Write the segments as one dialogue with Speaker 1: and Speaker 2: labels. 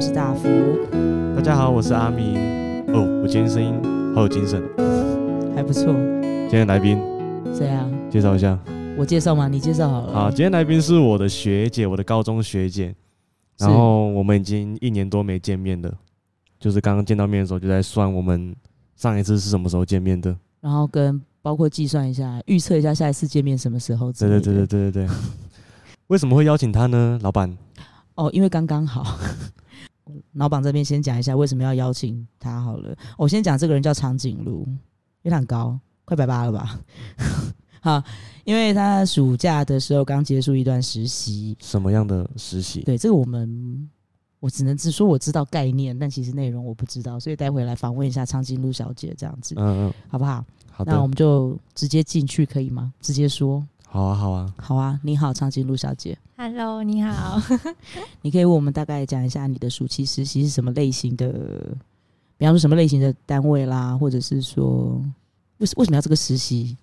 Speaker 1: 小福，
Speaker 2: 大家好，我是阿明。哦，我今天声音好有精神。
Speaker 1: 还不错。
Speaker 2: 今天来宾
Speaker 1: 这样，
Speaker 2: 介绍一下。
Speaker 1: 我介绍吗？你介绍好了。
Speaker 2: 好，今天来宾是我的学姐，我的高中学姐。
Speaker 1: 是，
Speaker 2: 然后我们已经一年多没见面了，就是刚刚见到面的时候就在算我们上一次是什么时候见面的。
Speaker 1: 然后跟包括计算一下，预测一下下一次见面什么时候之
Speaker 2: 对
Speaker 1: 类
Speaker 2: 对
Speaker 1: 的。
Speaker 2: 对对对对对。为什么会邀请她呢？老板，
Speaker 1: 哦，因为刚刚好。 老板这边先讲一下为什么要邀请他好了。哦我先讲这个人叫长颈鹿，因为他很高，快百八了吧？ 好，因为他暑假的时候刚结束一段实习，
Speaker 2: 什么样的实习？
Speaker 1: 对这个我们我只能只说我知道概念，但其实内容我不知道，所以待会来访问一下长颈鹿小姐这样子，
Speaker 2: 嗯嗯，
Speaker 1: 好不好？
Speaker 2: 好的
Speaker 1: 那我，们就直接进去可以吗？直接说，
Speaker 2: 好啊好啊。
Speaker 1: 好啊，你好，长颈鹿小姐。
Speaker 3: Hello，你好。
Speaker 1: 你可以为我们大概讲一下你的暑期实习是什么类型的，比方说什么类型的单位啦，或者是说为什为什么要这个实习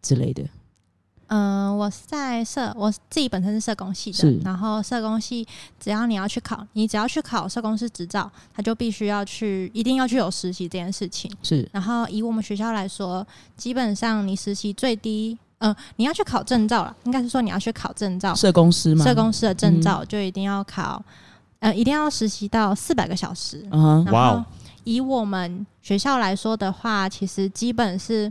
Speaker 1: 之类的。
Speaker 3: 嗯、我是在社，我自己本身是社工系
Speaker 1: 是
Speaker 3: 的，然后社工系只要你要去考，你只要去考社工师执照，他就必须要去，一定要去有实习这件事情。
Speaker 1: 是
Speaker 3: 然后以我们学校来说，基本上你实习最低，嗯、你要去考证照了，应该是说你要去考证照，
Speaker 1: 社工师吗？
Speaker 3: 社工师的证
Speaker 1: 嗯
Speaker 3: 照就一定要考，呃，一定要实习到四百个小时。
Speaker 1: 嗯哼，
Speaker 3: 然
Speaker 2: 哇哦
Speaker 3: 后以我们学校来说的话，其实基本是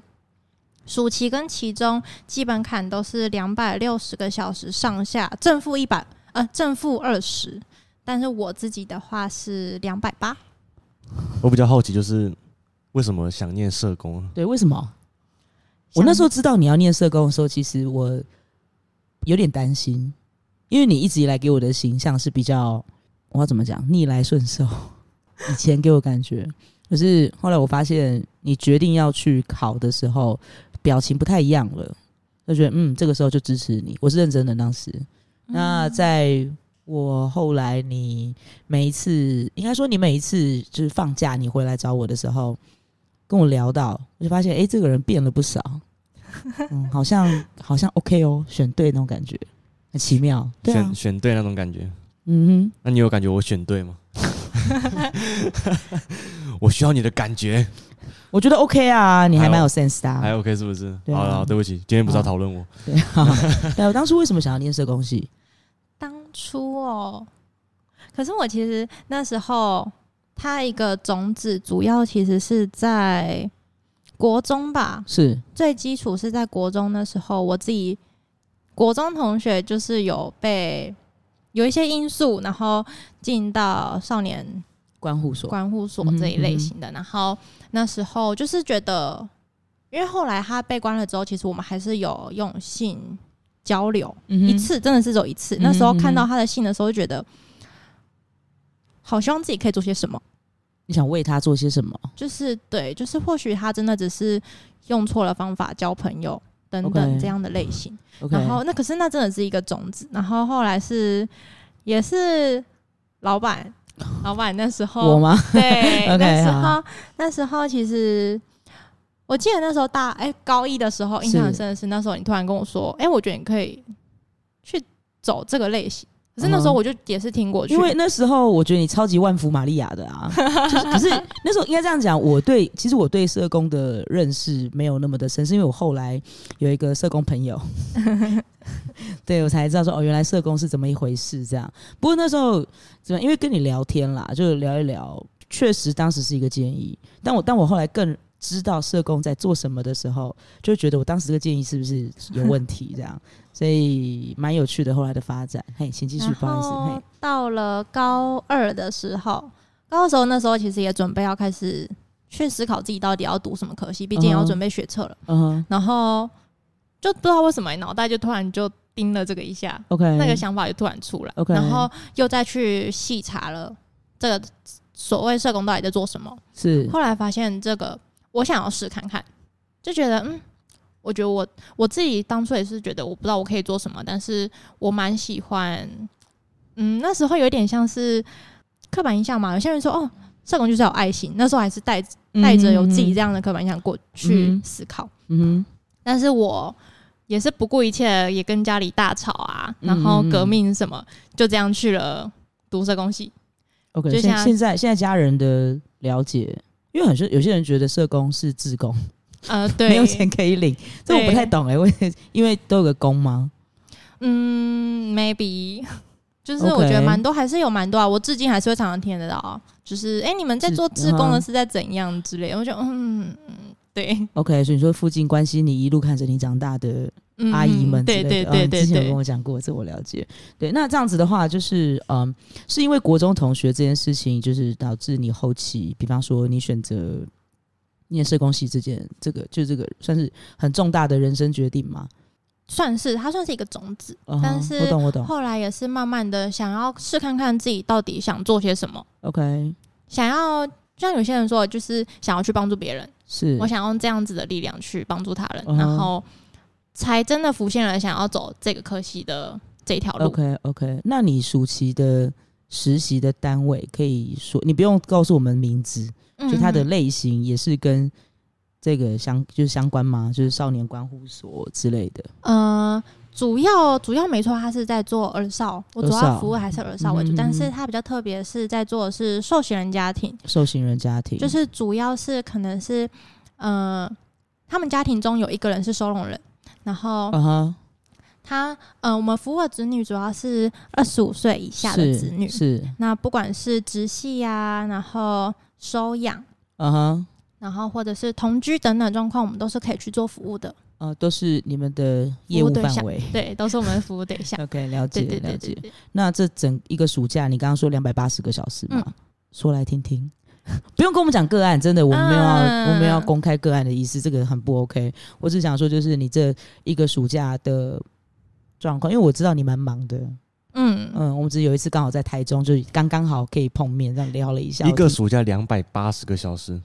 Speaker 3: 暑期跟期中基本砍都是两百六十个小时上下，正负一百呃正负二十。但是我自己的话是两百八，
Speaker 2: 我比较好奇就是为什么想念社工？啊
Speaker 1: 对，为什么？我那时候知道你要念社工的时候，其实我有点担心，因为你一直以来给我的形象是比较，我要怎么讲，逆来顺受。以前给我感觉，可是后来我发现，你决定要去考的时候，表情不太一样了，就觉得嗯，这个时候就支持你，我是认真的当时。那
Speaker 3: 嗯
Speaker 1: 在我后来，你每一次应该说你每一次就是放假你回来找我的时候，跟我聊到，我就发现哎、诶这个人变了不 少，嗯，好像好像 OK 哦，选对那种感觉，很奇妙，对啊
Speaker 2: 选，选对那种感觉。
Speaker 1: 嗯
Speaker 2: 那你有感觉我选对吗？ 我需要你的感觉，
Speaker 1: 哼，我觉得 OK 啊，你还蛮有 sense 的、
Speaker 2: 还
Speaker 1: 啊，
Speaker 2: OK 是不是？
Speaker 1: 对啊
Speaker 2: 好了，好对不起，今天不是要讨论我。
Speaker 1: 对啊，对啊，我当初为什么想要念社工系？
Speaker 3: 当初哦，可是我其实那时候它一个种子主要其实是在国中吧，
Speaker 1: 是
Speaker 3: 最基础是在国中的时候，我自己国中同学就是有被有一些因素，然后进到少年
Speaker 1: 关护所，
Speaker 3: 关护所
Speaker 1: 嗯哼
Speaker 3: 这一类型的。然后那时候就是觉得，因为后来他被关了之后，其实我们还是有用信交流、
Speaker 1: 嗯哼
Speaker 3: 一，次，真的是只有一
Speaker 1: 嗯。
Speaker 3: 次
Speaker 1: 哼
Speaker 3: 那时候看到他的信的时候，就觉得好希望自己可以做些什么。
Speaker 1: 你想为他做些什么？
Speaker 3: 就是对，就是或许他真的只是用错了方法交朋友等
Speaker 1: OK
Speaker 3: 等这样的类型。
Speaker 1: OK，
Speaker 3: 然后那可是那真的是一个种子，然后后来是也是老板，老板那时
Speaker 1: 我
Speaker 3: 候
Speaker 1: 吗？
Speaker 3: 对
Speaker 1: OK，
Speaker 3: 那时
Speaker 1: 好
Speaker 3: 候那时候其实。我记得那时候大哎、高一的时候，印象很深的是那时候你突然跟我说，哎、我觉得你可以去走这个类型。可是那时
Speaker 1: 嗯
Speaker 3: 候
Speaker 1: 哼
Speaker 3: 我就也是听过去，
Speaker 1: 因为那时候我觉得你超级万福玛利亚的 啊，就是可是那时候应该这样讲，我对其实我对社工的认识没有那么的深，是因为我后来有一个社工朋 友，对我才知道说哦，原来社工是怎么一回事这样。不过那时候怎么因为跟你聊天啦，就聊一聊，确实当时是一个建议，但我但我后来更。知道社工在做什么的时候，就觉得我当时这个建议是不是有问题？这样，所以蛮有趣的后来的发展。嘿，请继续，不好意思。嘿
Speaker 3: 然后，到了高二的时候，高二的时候那时候其实也准备要开始去思考自己到底要读什么科系，毕竟也
Speaker 1: 嗯
Speaker 3: 要
Speaker 1: 哼
Speaker 3: 准备学测了。
Speaker 1: 嗯哼
Speaker 3: 然后就不知道为什么脑袋就突然就盯了这个一下，
Speaker 1: ，OK，
Speaker 3: 那个想法就突然出来
Speaker 1: 哎 OK
Speaker 3: 然后又再去细查了这个所谓社工到底在做什么。
Speaker 1: 是
Speaker 3: 后来发现这个，我想要试看看，就觉得嗯，我觉得我我自己当初也是觉得我不知道我可以做什么，但是我蛮喜欢，嗯，那时候有点像是刻板印象嘛，有些人说哦，社工就是要有爱心，那时候还是带带着有自己这样的刻板印象过去
Speaker 1: 嗯
Speaker 3: 思考，
Speaker 1: 嗯哼，
Speaker 3: 但是我。也是不顾一切，也跟家里大吵啊，然后
Speaker 1: 嗯嗯嗯
Speaker 3: 革命什么，就这样去了读社工系。
Speaker 1: OK，
Speaker 3: 就
Speaker 1: 现
Speaker 3: 像
Speaker 1: 现在现在家人的了解，因为很多有些人觉得社工是自工，
Speaker 3: 呃，对，
Speaker 1: 嗯没有钱可以领，这我不
Speaker 3: 对
Speaker 1: 太懂哎、我也 因为都有个工吗？
Speaker 3: 嗯，maybe，就是我
Speaker 1: OK
Speaker 3: 觉得蛮多还是有蛮多啊，我至今还是会常常听得到啊，就是哎、诶你们在
Speaker 1: 是
Speaker 3: 做志工
Speaker 1: 嗯
Speaker 3: 的
Speaker 1: 哼
Speaker 3: 是在怎样之类的，我觉得嗯嗯，对，
Speaker 1: OK，所以你说附近关心你一路看着你长大的
Speaker 3: 嗯
Speaker 1: 阿姨们之类
Speaker 3: 对
Speaker 1: 的，
Speaker 3: 对
Speaker 1: 嗯
Speaker 3: 对对
Speaker 1: 之前有跟
Speaker 3: 对，
Speaker 1: 我讲过，这我了解。对，那这样子的话，就是嗯，是因为国中同学这件事情，就是导致你后期，比方说你选择念社工系这件，这个就这个算是很重大的人生决定嘛。
Speaker 3: 算是它算是一个种子，
Speaker 1: 嗯哼
Speaker 3: 但是
Speaker 1: 我懂我懂
Speaker 3: 后来也是慢慢的想要试看看自己到底想做些什么，
Speaker 1: ，OK，
Speaker 3: 想要就像有些人说的，就是想要去帮助别人，
Speaker 1: 是
Speaker 3: 我想用这样子的力量去帮助他人，
Speaker 1: 嗯哼
Speaker 3: 然后才真的浮现了想要走这个科系的这条路。
Speaker 1: OK OK，那你暑期的实习的单位可以说，你不用告诉我们名字，
Speaker 3: 嗯
Speaker 1: 就它的
Speaker 3: 嗯
Speaker 1: 类型也是跟这个相就是相关吗？就是少年关护所之类的。
Speaker 3: 呃，主要主要没错，他是在做儿少，我主
Speaker 1: 儿少
Speaker 3: 要服务还是儿少为主，
Speaker 1: 嗯哼
Speaker 3: 但
Speaker 1: 嗯
Speaker 3: 是
Speaker 1: 哼
Speaker 3: 他比较特别是在做的是受刑人家庭，
Speaker 1: 受刑人家庭
Speaker 3: 就是主要是可能是呃，他们家庭中有一个人是收容人，然后
Speaker 1: 啊哈，
Speaker 3: 他呃，我们服务的子女主要是二十五岁以下的
Speaker 1: 是
Speaker 3: 子女，
Speaker 1: 是
Speaker 3: 那不管是直系呀、然后收养，
Speaker 1: 啊哈，
Speaker 3: 然后或者是同居等等状况，我们都是可以去做服务的，
Speaker 1: 啊都是你们的业
Speaker 3: 服务
Speaker 1: 务
Speaker 3: 对
Speaker 1: 范
Speaker 3: 象
Speaker 1: 围。
Speaker 3: 对，都是我们的服务对象。
Speaker 1: OK，了 解
Speaker 3: 对对对
Speaker 1: 了
Speaker 3: 对
Speaker 1: 解。
Speaker 3: 对，
Speaker 1: 那这整一个暑假，你刚刚说两百八十个小时嘛，
Speaker 3: 嗯
Speaker 1: 说来听 听。不用跟我们讲个案，真的，我们没有要、
Speaker 3: 嗯
Speaker 1: 我们没有要公开个案的意思，这个很不 OK。我只想说，就是你这一个暑假的状况，因为我知道你蛮忙的，
Speaker 3: 嗯
Speaker 1: 嗯，我们只是有一次刚好在台中，就刚刚好可以碰面，这样聊了一下。
Speaker 2: 一个
Speaker 1: 我听
Speaker 2: 暑假两百八十个小时，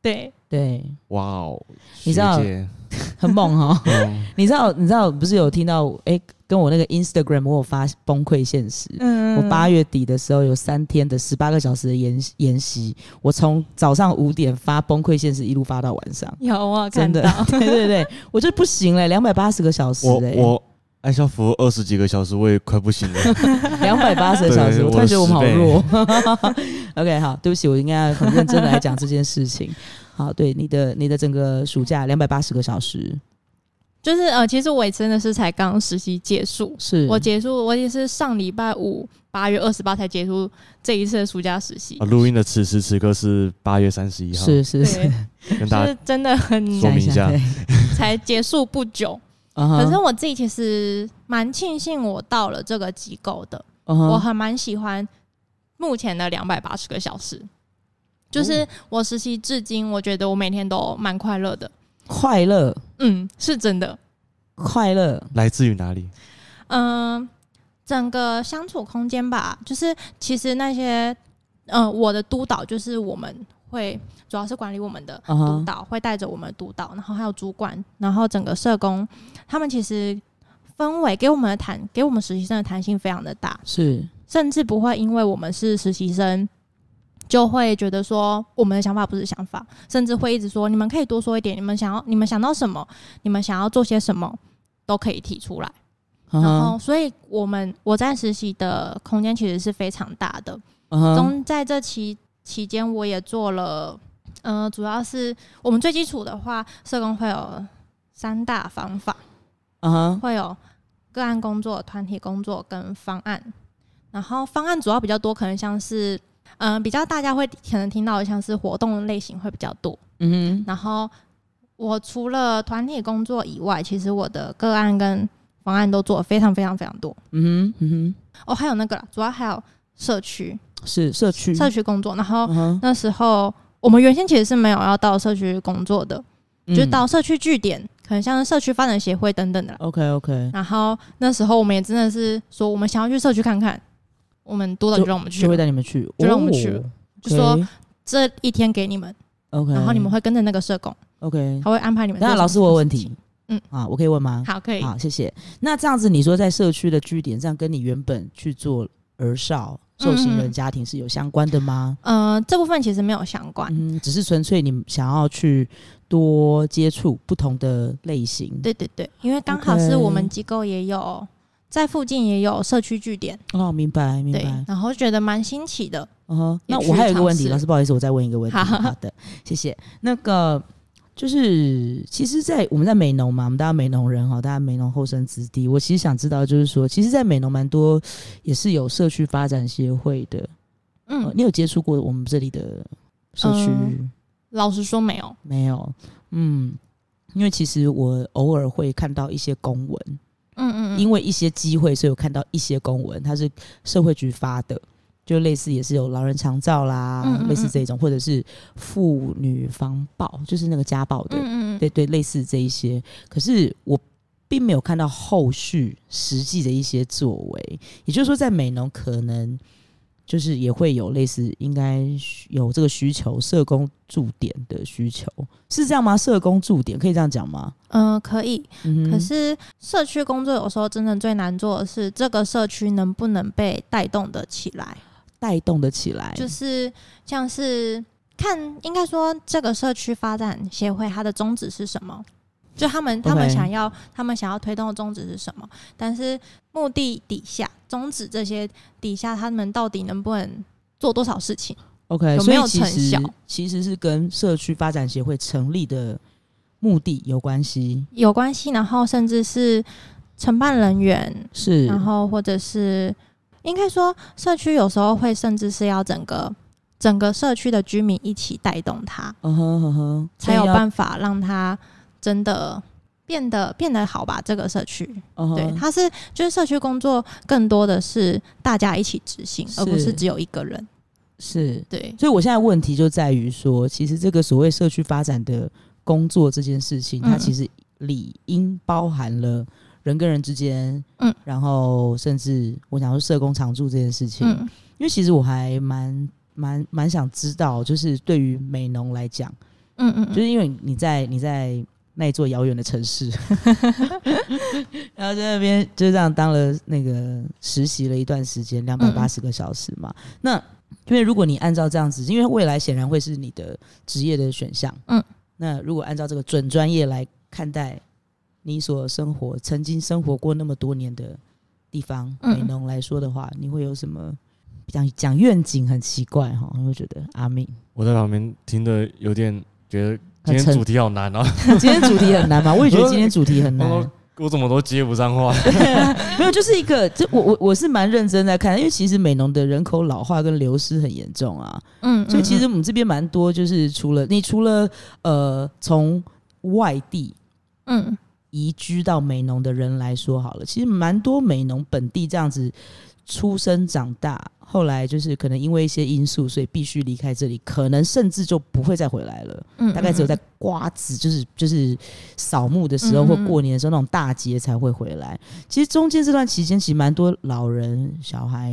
Speaker 3: 对，
Speaker 1: 对，
Speaker 2: 哇哦！
Speaker 1: 你知道
Speaker 2: 学 姐
Speaker 1: 很猛哈、
Speaker 2: 嗯
Speaker 1: 你知道，你知道，不是有听到？哎、跟我那个 Instagram 我有发崩溃现实。
Speaker 3: 嗯
Speaker 1: 我八月底的时候有三天的十八个小时的研研习，我从早上五点发崩溃现实，一路发到晚上，
Speaker 3: 有啊，
Speaker 1: 真
Speaker 3: 看
Speaker 1: 的
Speaker 3: 到，
Speaker 1: 对对对，我就不行了，两百八十个小时、
Speaker 2: 我
Speaker 1: 欸，
Speaker 2: 我爱校服务二十几个小时，我也快不 行了。
Speaker 1: 两百八十个小时，
Speaker 2: 对
Speaker 1: 我突然觉得我们好弱
Speaker 2: 我。
Speaker 1: OK，好，对不起，我应该很认真的来讲这件事情。好，对你的你的整个暑假两百八十个小时
Speaker 3: 就是呃，其实我也真的是才刚实习结束，
Speaker 1: 是
Speaker 3: 我结束，我也是上礼拜五八月二十八才结束这一次的暑假实习
Speaker 1: 哦
Speaker 2: 啊，录音的此时此刻是八月三十一号，
Speaker 1: 是是是，
Speaker 3: 对，
Speaker 2: 跟
Speaker 3: 就
Speaker 2: 大 家
Speaker 3: 是真的很
Speaker 2: 说
Speaker 1: 想
Speaker 2: 明一下
Speaker 1: 对
Speaker 3: 才结束不久。
Speaker 1: 嗯哼
Speaker 3: 可是我自己其实蛮庆幸我到了这个机构的，
Speaker 1: 嗯
Speaker 3: 我
Speaker 1: 哼
Speaker 3: 还蛮喜欢目前的两百八十个小时。
Speaker 1: 哦
Speaker 3: 就是我实习至今，我觉得我每天都蛮快乐的。
Speaker 1: 快乐
Speaker 3: 嗯，是真的。
Speaker 1: 快乐
Speaker 2: 来自于哪里？
Speaker 3: 嗯、整个相处空间吧，就是其实那些，嗯，我的督导就是我们会主要是管理我们的
Speaker 1: 嗯哼
Speaker 3: 督导，会带着我们督导，然后还有主管，然后整个社工，他们其实氛围给我们的弹，给我们实习生的弹性非常的大，
Speaker 1: 是
Speaker 3: 甚至不会因为我们是实习生。就会觉得说我们的想法不是想法，甚至会一直说你们可以多说一点，你们想要你们想到什么，你们想要做些什么，都可以提出来。
Speaker 1: 嗯
Speaker 3: 然后，
Speaker 1: 哼
Speaker 3: 所以我们我在实习的空间其实是非常大的。
Speaker 1: 嗯哼
Speaker 3: 中在这期期间，我也做了，呃，主要是我们最基础的话，社工会有三大方法，
Speaker 1: 嗯哼
Speaker 3: 会有个案工作、团体工作跟方案。然后方案主要比较多，可能像是，嗯、比较大家会可能听到的像是活动类型会比较多。
Speaker 1: 嗯哼
Speaker 3: 然后我除了团体工作以外，其实我的个案跟方案都做得非常非常非常多。
Speaker 1: 嗯哼嗯
Speaker 3: 哦，还有那个啦，主要还有社区
Speaker 1: 哼是社区
Speaker 3: 社区哦工作。然后
Speaker 1: 嗯哼
Speaker 3: 那时候我们原先其实是没有要到社区工作的，就
Speaker 1: 嗯
Speaker 3: 到社区据点，可能像是社区发展协会等等的啦。
Speaker 1: OK OK
Speaker 3: 然后那时候我们也真的是说，我们想要去社区看看，我们督导就让我们去
Speaker 1: 就会
Speaker 3: 了，
Speaker 1: 带你们去，
Speaker 3: 就让我们去
Speaker 1: 哦
Speaker 3: 就说
Speaker 1: OK
Speaker 3: 这一天给你们，
Speaker 1: OK，
Speaker 3: 然后你们会跟着那个社工，
Speaker 1: OK
Speaker 3: 他会安排你们。
Speaker 1: 当然，老师我有问题，
Speaker 3: 嗯
Speaker 1: 啊，我可以问吗？
Speaker 3: 好，可以。
Speaker 1: 好，谢谢。那这样子，你说在社区的据点，这样跟你原本去做儿少受刑
Speaker 3: 嗯嗯
Speaker 1: 人家庭是有相关的吗？
Speaker 3: 呃，这部分其实没有相关，
Speaker 1: 嗯，只是纯粹你想要去多接触不同的类型。
Speaker 3: 对对对，因为刚好是我们
Speaker 1: OK
Speaker 3: 机构也有在附近也有社区据点，
Speaker 1: 哦，明白明
Speaker 3: 对
Speaker 1: 白，。
Speaker 3: 然后觉得蛮新奇的，
Speaker 1: 嗯哼，
Speaker 3: 也
Speaker 1: 那
Speaker 3: 去
Speaker 1: 我还有一个问
Speaker 3: 尝
Speaker 1: 题，
Speaker 3: 试
Speaker 1: 老师不好意思，我再问一个问题。
Speaker 3: 好
Speaker 1: 好的，谢谢。那个就是，其实在，我们在美农嘛，我们大家美农人哈，大家美农后生子弟，我其实想知道，就是说，其实，在美农蛮多也是有社区发展协会的、呃
Speaker 3: 嗯，
Speaker 1: 你有接触过我们这里的社区、
Speaker 3: 嗯老实说没有，
Speaker 1: 没有？嗯，因为其实我偶尔会看到一些公文，
Speaker 3: 嗯嗯，
Speaker 1: 因
Speaker 3: 为
Speaker 1: 为一些机会，所以我看到一些公文，它是社会局发的，就类似也是有老人长照啦，
Speaker 3: 嗯嗯嗯
Speaker 1: 类似这种，或者是妇女防暴，就是那个家暴的，
Speaker 3: 嗯嗯嗯，
Speaker 1: 对对，类似这一些。可是我并没有看到后续实际的一些作为，也就是说，在美农可能就是也会有类似应该有这个需求，社工驻点的需求是这样吗？社工驻点可以这样讲吗？
Speaker 3: 嗯可以。
Speaker 1: 嗯哼
Speaker 3: 可是社区工作有时候真的最难做的是，这个社区能不能被带动的起来，
Speaker 1: 带动得起来，
Speaker 3: 就是像是看，应该说这个社区发展协会它的宗旨是什么。就他们，他们
Speaker 1: OK
Speaker 3: 想要，他们想要推动的宗旨是什么？但是目的底下、宗旨这些底下，他们到底能不能做多少事情？
Speaker 1: OK，
Speaker 3: 有
Speaker 1: 所
Speaker 3: 没
Speaker 1: 以
Speaker 3: 有
Speaker 1: 其
Speaker 3: 成
Speaker 1: 实
Speaker 3: 效
Speaker 1: 其实是跟社区发展协会成立的目的有关系，
Speaker 3: 有关系，然后甚至是承办人员，
Speaker 1: 是
Speaker 3: 然后或者是应该说社区有时候会甚至是要整个整个社区的居民一起带动它，
Speaker 1: 嗯哼嗯哼，
Speaker 3: 才有
Speaker 1: 法。
Speaker 3: 办法让它真的变得变得好吧。这个社区，
Speaker 1: 嗯
Speaker 3: 对，
Speaker 1: 哼
Speaker 3: 它是就是社区工作更多的是大家一起执行，
Speaker 1: 是
Speaker 3: 而不是只有一个人。
Speaker 1: 是，
Speaker 3: 对，
Speaker 1: 所以我现在问题就在于说，其实这个所谓社区发展的工作这件事情，它
Speaker 3: 嗯
Speaker 1: 其实理应包含了人跟人之间，
Speaker 3: 嗯，
Speaker 1: 然后甚至我想说社工常驻这件事情，
Speaker 3: 嗯
Speaker 1: 因为其实我还蛮蛮蛮想知道，就是对于美农来讲。
Speaker 3: 嗯嗯
Speaker 1: 就
Speaker 3: 嗯，
Speaker 1: 是因为你在你在那一座遥远的城市， 然后在那边就这样当了那个实习了一段时间，两百八十个小时嘛。
Speaker 3: 嗯
Speaker 1: 那因为如果你按照这样子，因为未来显然会是你的职业的选项，
Speaker 3: 嗯，
Speaker 1: 那如果按照这个准专业来看待你所生活、曾经生活过那么多年的地方，
Speaker 3: 嗯
Speaker 1: 美农来说的话，你会有什么？讲讲愿景很奇怪哈，我会觉得阿明，
Speaker 2: 我在旁边听的有点觉得今
Speaker 1: 很
Speaker 2: 天
Speaker 1: 沉
Speaker 2: 主题好难啊，
Speaker 1: 今天主题很 难嘛，我也觉得今天主题很难。
Speaker 2: 我 我怎么都接不上话。
Speaker 1: 没有，就是一个，这我我我是蛮认真在看，因为其实美农的人口老化跟流失很严重啊，
Speaker 3: 嗯，
Speaker 1: 所以其实我们这边蛮多，就是除了你除了呃从外地
Speaker 3: 嗯
Speaker 1: 移居到美农的人来说好了，其实蛮多美农本地这样子出生长大，后来就是可能因为一些因素，所以必须离开这里，可能甚至就不会再回来了。
Speaker 3: 嗯，
Speaker 1: 大概只有在
Speaker 3: 嗯
Speaker 1: 瓜子，就是就是扫墓的时候
Speaker 3: 嗯嗯
Speaker 1: 或
Speaker 3: 嗯
Speaker 1: 过年的时候那种大节才会回来。其实中间这段期间，其实蛮多老人小孩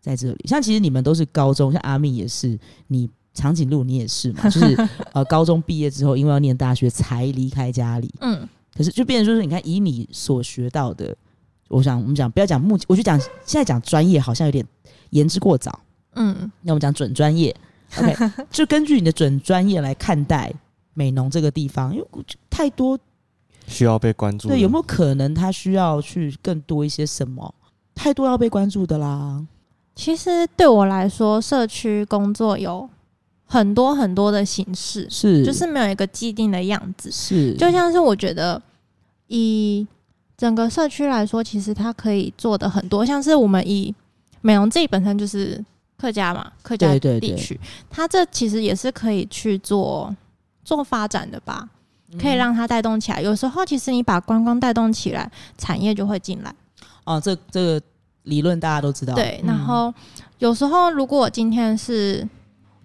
Speaker 1: 在这里。像其实你们都是高中，像阿密也是，你长颈鹿你也是嘛，就是 呃高中毕业之后，因为要念大学才离开家里。
Speaker 3: 嗯
Speaker 1: 可是就变成说，你看以你所学到的，我想我们讲不要讲目前，我就讲现在讲专业好像有点言之过早。
Speaker 3: 嗯
Speaker 1: 那我们讲准专业 ，OK，就根据你的准专业来看待美农这个地方，因为我就太多
Speaker 2: 需要被关注的。
Speaker 1: 对，有没有可能他需要去更多一些什么？太多要被关注的啦，
Speaker 3: 其实对我来说，社区工作有很多很多的形式，
Speaker 1: 是
Speaker 3: 就是没有一个既定的样子。
Speaker 1: 是，
Speaker 3: 就像是我觉得，以整个社区来说，其实它可以做的很多，像是我们以美容自己本身就是客家嘛，客家
Speaker 1: 对
Speaker 3: 地区，
Speaker 1: 对对
Speaker 3: 它这其实也是可以去做做发展的吧，可以
Speaker 1: 嗯
Speaker 3: 让它带动起来。有时候其实你把观光带动起来，产业就会进来。
Speaker 1: 哦，这这个理论大家都知道，
Speaker 3: 嗯对，
Speaker 1: 嗯
Speaker 3: 然后有时候如果今天是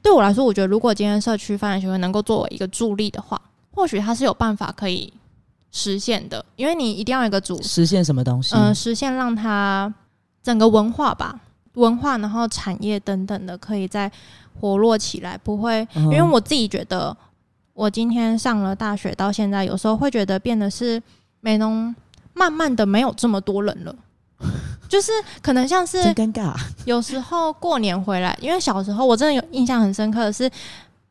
Speaker 3: 对我来说，我觉得如果今天社区发展协会能够作为一个助力的话，或许它是有办法可以实现的，因为你一定要有一个主，
Speaker 1: 实现什么东西？
Speaker 3: 呃，实现让它整个文化吧，文化然后产业等等的可以再活络起来，不会，
Speaker 1: 嗯
Speaker 3: 因为我自己觉得，我今天上了大学到现在，有时候会觉得变得是美农慢慢的没有这么多人了。就是可能像是
Speaker 1: 真尴尬，啊
Speaker 3: 有时候过年回来，因为小时候我真的有印象很深刻的是，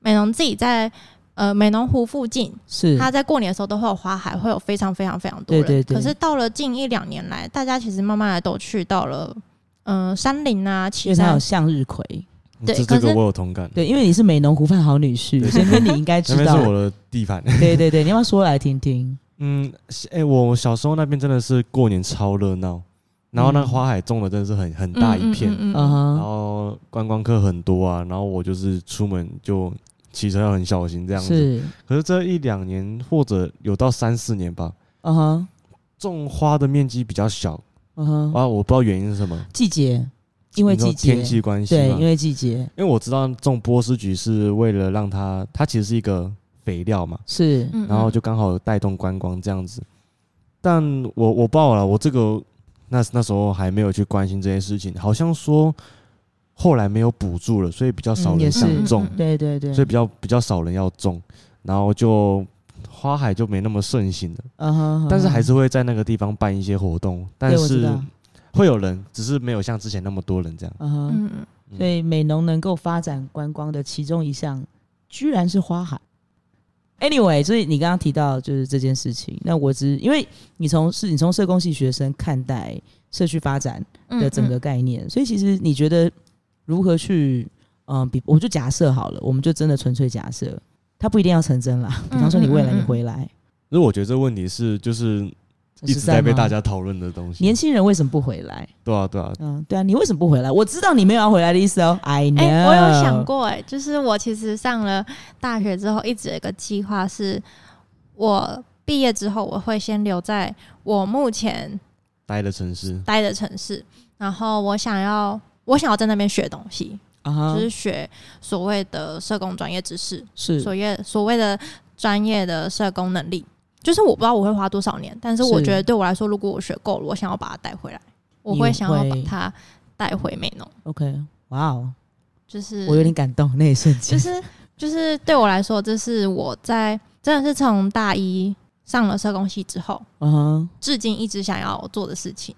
Speaker 3: 美农自己在呃美浓湖附近，
Speaker 1: 是
Speaker 3: 他在过年的时候都会有花海，会有非常非常非常多
Speaker 1: 对
Speaker 3: 人。
Speaker 1: 对对
Speaker 3: 可是到了近一两年来，大家其实慢慢的都去到了嗯、呃山林啊、
Speaker 1: 因
Speaker 3: 岐
Speaker 1: 为它
Speaker 3: 山
Speaker 1: 有，向日葵，
Speaker 3: 对
Speaker 2: 这这
Speaker 3: 可
Speaker 2: 个
Speaker 3: 是
Speaker 2: 我有同感，
Speaker 1: 对，因为你是美浓湖畔好女婿，所以那你应该
Speaker 2: 那
Speaker 1: 知
Speaker 2: 边
Speaker 1: 道
Speaker 2: 是。我的地盘。
Speaker 1: 对对对，你要不要说来听听？
Speaker 2: 嗯，哎、我小时候那边真的是过年超热闹，然后那
Speaker 1: 嗯
Speaker 2: 个花海种的真的是很很大一片，
Speaker 3: 嗯嗯嗯
Speaker 1: 嗯
Speaker 3: 嗯
Speaker 2: 然
Speaker 1: 哼，
Speaker 2: 后观光客很多啊，然后我就是出门就骑车要很小心这样子。
Speaker 1: 是，
Speaker 2: 可是这一两年或者有到三四年吧，
Speaker 1: 嗯哼，
Speaker 2: 种花的面积比较小
Speaker 1: 嗯哼，
Speaker 2: 啊，我不知道原因是什么，
Speaker 1: 季节，因为
Speaker 2: 你说
Speaker 1: 季节，
Speaker 2: 天气关系
Speaker 1: 对，
Speaker 2: 嘛
Speaker 1: 因。为季节
Speaker 2: 因为我知道种波斯菊是为了让它，它其实是一个肥料嘛，
Speaker 1: 是，
Speaker 3: 嗯
Speaker 2: 然后就刚好带动观光这样子。但我我报了，我这个那那时候还没有去关心这些事情，好像说后来没有补助了，所以比较少
Speaker 1: 嗯也
Speaker 2: 人
Speaker 1: 是
Speaker 2: 想种，
Speaker 3: 嗯
Speaker 1: 对对对
Speaker 2: 所以，比较比较少人要种，然后就花海就没那么盛行了。
Speaker 1: 嗯哼，
Speaker 2: 但是还
Speaker 1: 是，
Speaker 2: 是会在那个地方办一些活动，但
Speaker 1: 对我知
Speaker 2: 是
Speaker 1: 道
Speaker 2: 会有人，只是没有像之前那么多人这样。
Speaker 1: 嗯哼，
Speaker 3: 嗯嗯
Speaker 2: 嗯
Speaker 1: 所以美浓能够发展观光的其中一项，居然是花海。Anyway，所以你刚刚提到就是这件事情，那我只因为你从是你从社工系学生看待社区发展
Speaker 3: 嗯
Speaker 1: 的整个概念，所以其实你觉得如何去嗯，比我就假设好了，我们就真的纯粹假设，它不一定要成真啦。比方说你未来
Speaker 3: 嗯嗯嗯
Speaker 1: 你回来，
Speaker 2: 因为我觉得这个问题是就是
Speaker 1: 这
Speaker 2: 一
Speaker 1: 是
Speaker 2: 直在被
Speaker 1: 吗
Speaker 2: 大家讨论的东西。
Speaker 1: 年轻人为什么不回来？
Speaker 2: 对啊对啊，
Speaker 1: 嗯，对啊，你为什么不回来？我知道你没有要回来的意思哦。I know，、
Speaker 3: 哎、我有想，过哎、就是我其实上了大学之后，一直有一个计划是，我毕业之后我会先留在我目前
Speaker 2: 待的城市，
Speaker 3: 待的城市，然后我想要我想要在那边学东西，
Speaker 1: 啊哈、
Speaker 3: 就是学所谓的社工专业知识，
Speaker 1: 是
Speaker 3: 所谓所谓的专业的社工能力。就是我不知道我会花多少年，但是我
Speaker 1: 是
Speaker 3: 觉得对我来说，如果我学够了，我想要把它带回来，我
Speaker 1: 你
Speaker 3: 会想要把
Speaker 1: 会
Speaker 3: 它带回美农。
Speaker 1: OK，哇哦，
Speaker 3: 就是
Speaker 1: 我有点感动那一瞬间。
Speaker 3: 嗯就是就是对我来说，这是我在真的是从大一上了社工系之后，
Speaker 1: 嗯哼，
Speaker 3: 至今一直想要做的事情。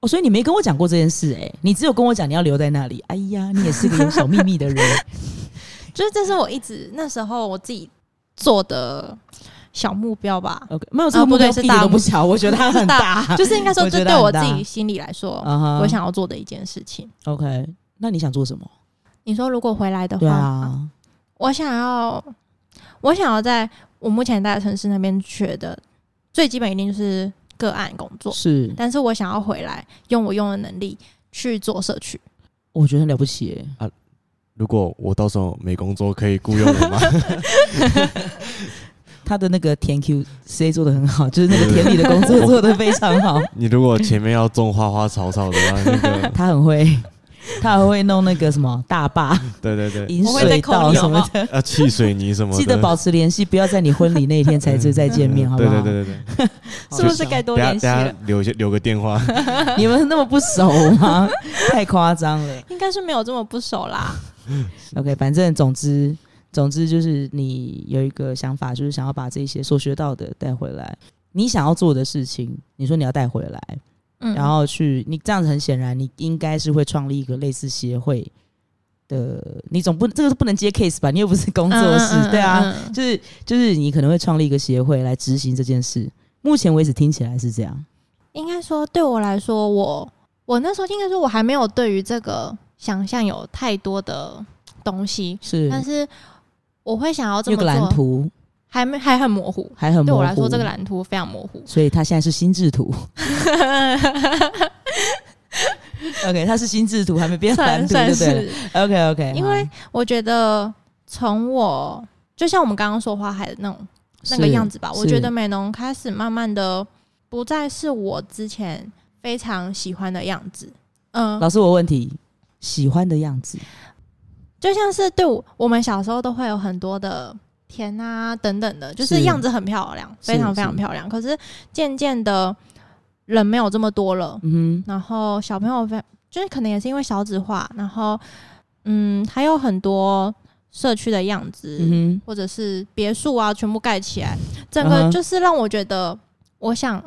Speaker 1: 哦，所以你没跟我讲过这件事哎、你只有跟我讲你要留在那里。哎呀，你也是个有小秘密的人。
Speaker 3: 就是这是我一直那时候我自己做的小目标吧，
Speaker 1: OK，没有这个
Speaker 3: 啊
Speaker 1: 目
Speaker 3: 不对
Speaker 1: 标
Speaker 3: 是
Speaker 1: 一点
Speaker 3: 大
Speaker 1: 都
Speaker 3: 目
Speaker 1: 不小，我觉得它很大。
Speaker 3: 就是应该说
Speaker 1: 我觉
Speaker 3: 这
Speaker 1: 得
Speaker 3: 对我
Speaker 1: 很
Speaker 3: 自
Speaker 1: 大
Speaker 3: 己心里来说，
Speaker 1: 嗯哼
Speaker 3: 我想要做的一件事情。
Speaker 1: OK，那你想做什么？
Speaker 3: 你说如果回来的
Speaker 1: 对
Speaker 3: 话，
Speaker 1: 啊，
Speaker 3: 我想要我想要在我目前待的城市那边学的最基本一定就是个案工作，
Speaker 1: 是，
Speaker 3: 但是我想要回来用我用的能力去做社区。
Speaker 1: 我觉得很了不起、欸。
Speaker 2: 如果我到时候没工作，可以雇佣我 吗？
Speaker 1: 他的那个田 Q C 做的很好，就是那个田里的工作做的非常好，
Speaker 2: 你如果前面要种花花草草的话，那 个
Speaker 1: 他很会，他还会弄那个什么大坝、
Speaker 2: 对对嗯对，
Speaker 1: 引水道什么
Speaker 3: 我会
Speaker 1: 的。
Speaker 2: 要砌水泥什么的，
Speaker 1: 记得保持联系，不要在你婚礼那一天才就再见面，好不
Speaker 2: 嗯对
Speaker 1: 好？
Speaker 2: 对对对对，
Speaker 1: 好
Speaker 3: 是不是该多
Speaker 2: 等下
Speaker 3: 联
Speaker 2: 等
Speaker 3: 系
Speaker 2: 下
Speaker 3: 了？
Speaker 2: 留下留个 电话，
Speaker 1: 你们那么不熟吗？ 太夸张了。
Speaker 3: 应该是没有这么不熟啦。
Speaker 1: OK，反正总之总之就是你有一个想法，就是想要把这些所学到的带回来。你想要做的事情，你说你要带回来，
Speaker 3: 嗯
Speaker 1: 然后去你这样子很显然，你应该是会创立一个类似协会的。你总不这个是不能接 case 吧？你又不是工
Speaker 3: 嗯
Speaker 1: 作室，
Speaker 3: 嗯嗯
Speaker 1: 对啊，
Speaker 3: 嗯
Speaker 1: 就是就是你可能会创立一个协会来执行这件事。目前为止听起来是这样，
Speaker 3: 应该说对我来说，我我那时候应该说我还没有对于这个想象有太多的东西，
Speaker 1: 是
Speaker 3: 但是我会想要这
Speaker 1: 有
Speaker 3: 么
Speaker 1: 个蓝
Speaker 3: 做，
Speaker 1: 图
Speaker 3: 还没还很模糊。
Speaker 1: 还很模糊
Speaker 3: 对我来说，这个，蓝图非常模 糊。
Speaker 1: 所以它现在是心智图。OK，它是心智图，还没变蓝
Speaker 3: 算
Speaker 1: 图，对
Speaker 3: 算
Speaker 1: 不对了
Speaker 3: 是，
Speaker 1: ？OK OK，
Speaker 3: 因为我觉得从我就像我们刚刚说花海的那种那个样
Speaker 1: 子，
Speaker 3: 子吧。
Speaker 1: 是
Speaker 3: 我觉得美浓开始慢慢的不再是我之前非常喜欢的样子。嗯，
Speaker 1: 老师，我问题，喜欢的样子，
Speaker 3: 就像是对我我们小时候都会有很多的田啊等等的，就是是样子很漂亮，
Speaker 1: 是
Speaker 3: 非常非
Speaker 1: 是
Speaker 3: 常漂亮。可是渐渐的人没有这么多了，
Speaker 1: 嗯
Speaker 3: 然后小朋友非就是可能也是因为少子化，然后嗯，还有很多社区的样子，
Speaker 1: 哼，嗯
Speaker 3: 或者是别墅啊，全部盖起来，整
Speaker 1: 嗯
Speaker 3: 个
Speaker 1: 哼
Speaker 3: 就是让我觉得，我想，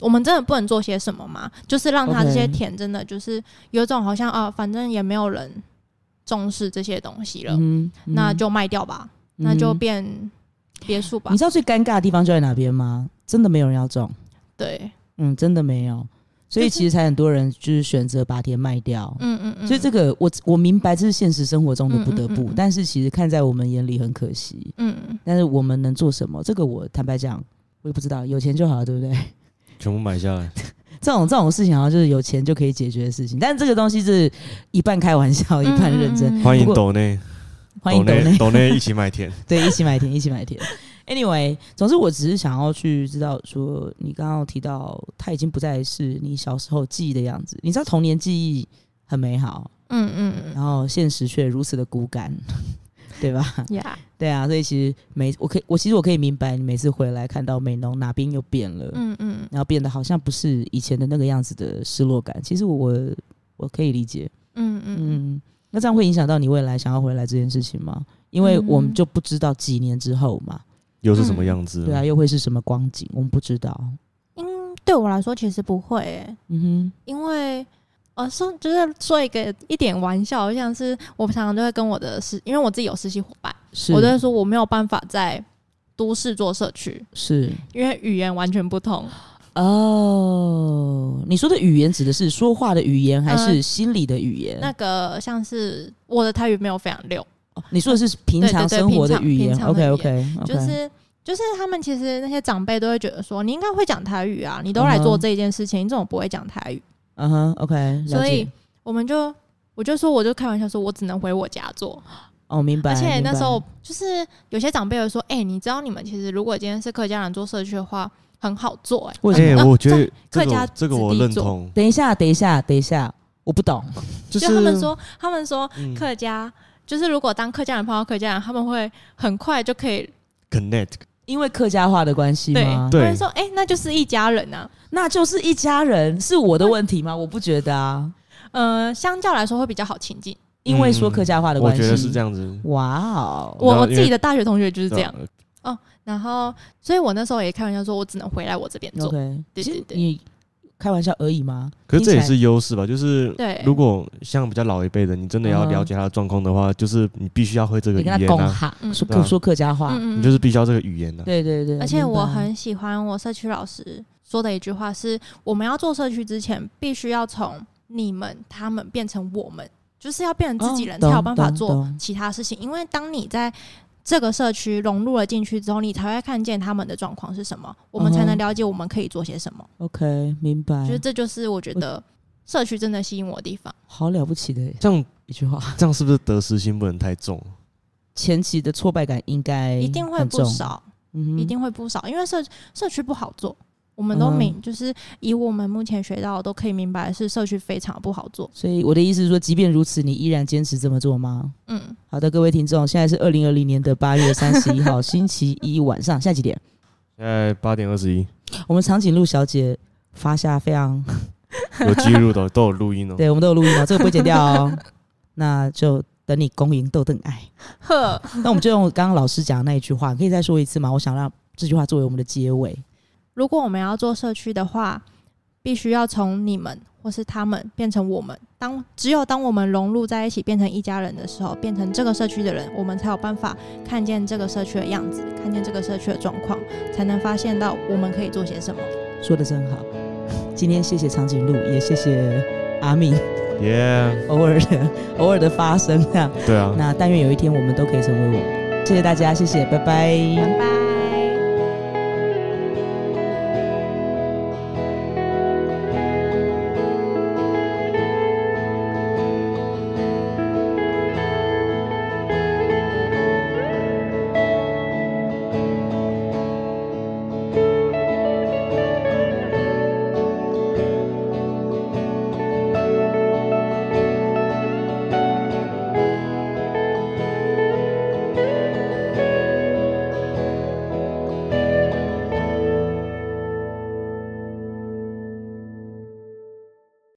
Speaker 3: 我们真的不能做些什么吗？就是让他
Speaker 1: OK
Speaker 3: 这些田真的就是有一种好像啊，反正也没有人重视这些东西
Speaker 1: 哼，
Speaker 3: 了，
Speaker 1: 嗯哼
Speaker 3: 那就卖掉吧，
Speaker 1: 嗯哼
Speaker 3: 那就变别墅吧
Speaker 1: 你。知道最尴尬的地方就在哪边吗？真的没有人要种，
Speaker 3: 对，
Speaker 1: 嗯，真的没有。所以其实才很多人就是选择把田卖掉。
Speaker 3: 嗯嗯嗯，
Speaker 1: 所以这个我我明白这是现实生活中的不得不，
Speaker 3: 嗯嗯嗯嗯
Speaker 1: 但是其实看在我们眼里很可惜。
Speaker 3: 嗯
Speaker 1: 但是我们能做什么？这个我坦白讲，我也不知道。有钱就好了，对不对？
Speaker 2: 全部买下来，
Speaker 1: 这种这种事情好像就是有钱就可以解决的事情，但是这个东西是一半开玩笑，一半认真。
Speaker 3: 嗯嗯嗯
Speaker 2: 欢迎
Speaker 1: 不过
Speaker 2: 抖内，
Speaker 1: 欢迎抖内
Speaker 2: 内，，抖内一起 买田。
Speaker 1: 对，一起买田，一起买田。Anyway，总之我只是想要去知道说，你刚刚有提到他已经不再是你小时候记忆的样子，你知道童年记忆很美好，
Speaker 3: 嗯嗯
Speaker 1: 然后现实却如此的骨感，对吧？
Speaker 3: 嗯呀，
Speaker 1: 对啊，所以其实每我可以，我其实我可以明白，你每次回来看到美浓哪边又变了，
Speaker 3: 嗯嗯
Speaker 1: 然后变得好像不是以前的那个样子的失落感。其实我我可以理解，
Speaker 3: 嗯嗯
Speaker 1: 嗯，那这样会影响到你未来想要回来这件事情吗？因为我们
Speaker 3: 嗯
Speaker 1: 就不知道几年之后嘛，
Speaker 2: 又是什么样子？哎
Speaker 1: 对啊，，又会是什么光景，我们不知道。
Speaker 3: 嗯，对我来说其实不会、欸，
Speaker 1: 嗯
Speaker 3: 因为呃说就是说一个一点玩笑，像是我常常都会跟我的实，因为我自己有实习伙伴，
Speaker 1: 哼，是，
Speaker 3: 我都会说我没有办法在都市做社区，
Speaker 1: 是
Speaker 3: 因为语言完全不同。
Speaker 1: 哦。你说的语言指的是说话的语言，还是
Speaker 3: 呃
Speaker 1: 心理的语言？
Speaker 3: 那个像是我的台语没有非常溜，
Speaker 1: 哦你说的是平
Speaker 3: 对对
Speaker 1: 常
Speaker 3: 对
Speaker 1: 生活的
Speaker 3: 平常
Speaker 1: 语言
Speaker 3: 平常的
Speaker 1: ？OK
Speaker 3: 语
Speaker 1: OK，
Speaker 3: 就是。就是他们其实那些长辈都会觉得说，你应该会讲台语啊，你都来做
Speaker 1: 嗯哼
Speaker 3: 这件事情，你怎么不会讲台语？
Speaker 1: 嗯哼 OK，了
Speaker 3: 所以
Speaker 1: 解
Speaker 3: 我们就我就说，我就开玩笑说，我只能回我家做。
Speaker 1: 哦，明白。
Speaker 3: 而且
Speaker 1: 明
Speaker 3: 那
Speaker 1: 白
Speaker 3: 时候就是有些长辈会说，哎、你知道你们其实如果今天是客家人做社区的话，很好做、哎，
Speaker 1: 为什么？
Speaker 2: 哎，我觉得
Speaker 3: 客
Speaker 2: 这
Speaker 3: 家
Speaker 2: 个这个
Speaker 3: 子弟
Speaker 2: 我认
Speaker 3: 做
Speaker 2: 同，
Speaker 1: 等一下，等一下，等一下，我不懂。
Speaker 2: 就
Speaker 3: 就是他们说，他们说
Speaker 2: 嗯
Speaker 3: 客家。就是如果当客家人碰到客家人，他们会很快就可以
Speaker 2: connect，
Speaker 1: 因为客家话的关系
Speaker 3: 对，
Speaker 1: 吗
Speaker 3: 他？
Speaker 2: 对
Speaker 3: 们说哎、那就是一家人啊。
Speaker 1: 那就是一家人，是我的问题吗？我不觉得啊，
Speaker 3: 呃，相较来说会比较好亲近。
Speaker 1: 因为说客家话的
Speaker 2: 嗯我
Speaker 1: 关系，
Speaker 2: 觉得是这。样子。
Speaker 1: 哇哦，
Speaker 3: 我
Speaker 2: 然后因
Speaker 3: 我
Speaker 2: 为
Speaker 3: 自己的大学同学就是这样，
Speaker 2: 对啊，
Speaker 3: 然后所以我那时候也开玩笑说，我只能回来我这边做。
Speaker 1: OK，
Speaker 3: 对
Speaker 1: 其实
Speaker 3: 对对
Speaker 1: 你开玩笑而已吗？
Speaker 2: 可是这也
Speaker 1: 听起来
Speaker 2: 是优势吧？就是
Speaker 3: 对
Speaker 2: 如果像比较老一辈的，你真的要
Speaker 1: 嗯哼
Speaker 2: 了解他的状况的话，就是你必须要会这个
Speaker 1: 你
Speaker 2: 语
Speaker 1: 跟他
Speaker 2: 言
Speaker 1: 共
Speaker 2: 啊，
Speaker 1: 哈，
Speaker 3: 嗯
Speaker 1: 说
Speaker 2: 对啊
Speaker 1: 说客家话，
Speaker 3: 嗯
Speaker 2: 你就是必须要这个语言啊。
Speaker 1: 对对对。
Speaker 3: 而且我
Speaker 1: 明白
Speaker 3: 很喜欢我社区老师说的一句话是：我们要做社区之前，必须要从你们、他们变成我们，就是要变成自己
Speaker 1: 哦
Speaker 3: 人，才有
Speaker 1: 懂
Speaker 3: 办法
Speaker 1: 懂
Speaker 3: 做
Speaker 1: 懂
Speaker 3: 其他事情。因为当你在这个社区融入了进去之后，你才会看见他们的状况是什么，我们才
Speaker 1: 嗯
Speaker 3: 能
Speaker 1: 哼
Speaker 3: 了解我们可以做些什么。
Speaker 1: OK，明白
Speaker 3: 就，是这就是我觉得社区真的吸引我的地方。
Speaker 1: 好了不起的
Speaker 2: 这样
Speaker 1: 一句话。
Speaker 2: 这样是不是得失心不能 太重？
Speaker 1: 前期的挫败感应该
Speaker 3: 一定会
Speaker 1: 很
Speaker 3: 不
Speaker 1: 重，
Speaker 3: 少，
Speaker 1: 嗯哼
Speaker 3: 一定会不少，因为社社区不好做。我们都
Speaker 1: 嗯
Speaker 3: 明，就是以我们目前学到的都可以明白，是社区非常不好做。
Speaker 1: 所以我的意思是说，即便如此，你依然坚持这么做吗？
Speaker 3: 嗯，
Speaker 1: 好的，各位听众，现在是二零二零年的八月三十一号星期一晚上，现在几点？
Speaker 2: 现在八点二十一，
Speaker 1: 我们长颈鹿小姐发下非常
Speaker 2: 有记录的，都有录音哦。
Speaker 1: 对，我们都有录音哦，这个不会剪掉哦。 那就等你恭迎豆邓爱。
Speaker 3: 呵，
Speaker 1: 那我们就用刚刚老师讲的那一句话，可以再说一次吗？我想让这句话作为我们的结尾。
Speaker 3: 如果我们要做社区的话，必须要从你们或是他们变成我们。当只有当我们融入在一起，变成一家人的时候，变成这个社区的人，我们才有办法看见这个社区的样子，看见这个社区的状况，才能发现到我们可以做些什么。
Speaker 1: 说的真好。今天谢谢长颈鹿，也谢谢阿敏
Speaker 2: 耶，
Speaker 1: 偶尔的偶尔的发生这样。
Speaker 2: 对啊。
Speaker 1: 那但愿有一天我们都可以成为我们。谢谢大家，谢谢，拜拜
Speaker 3: 拜拜。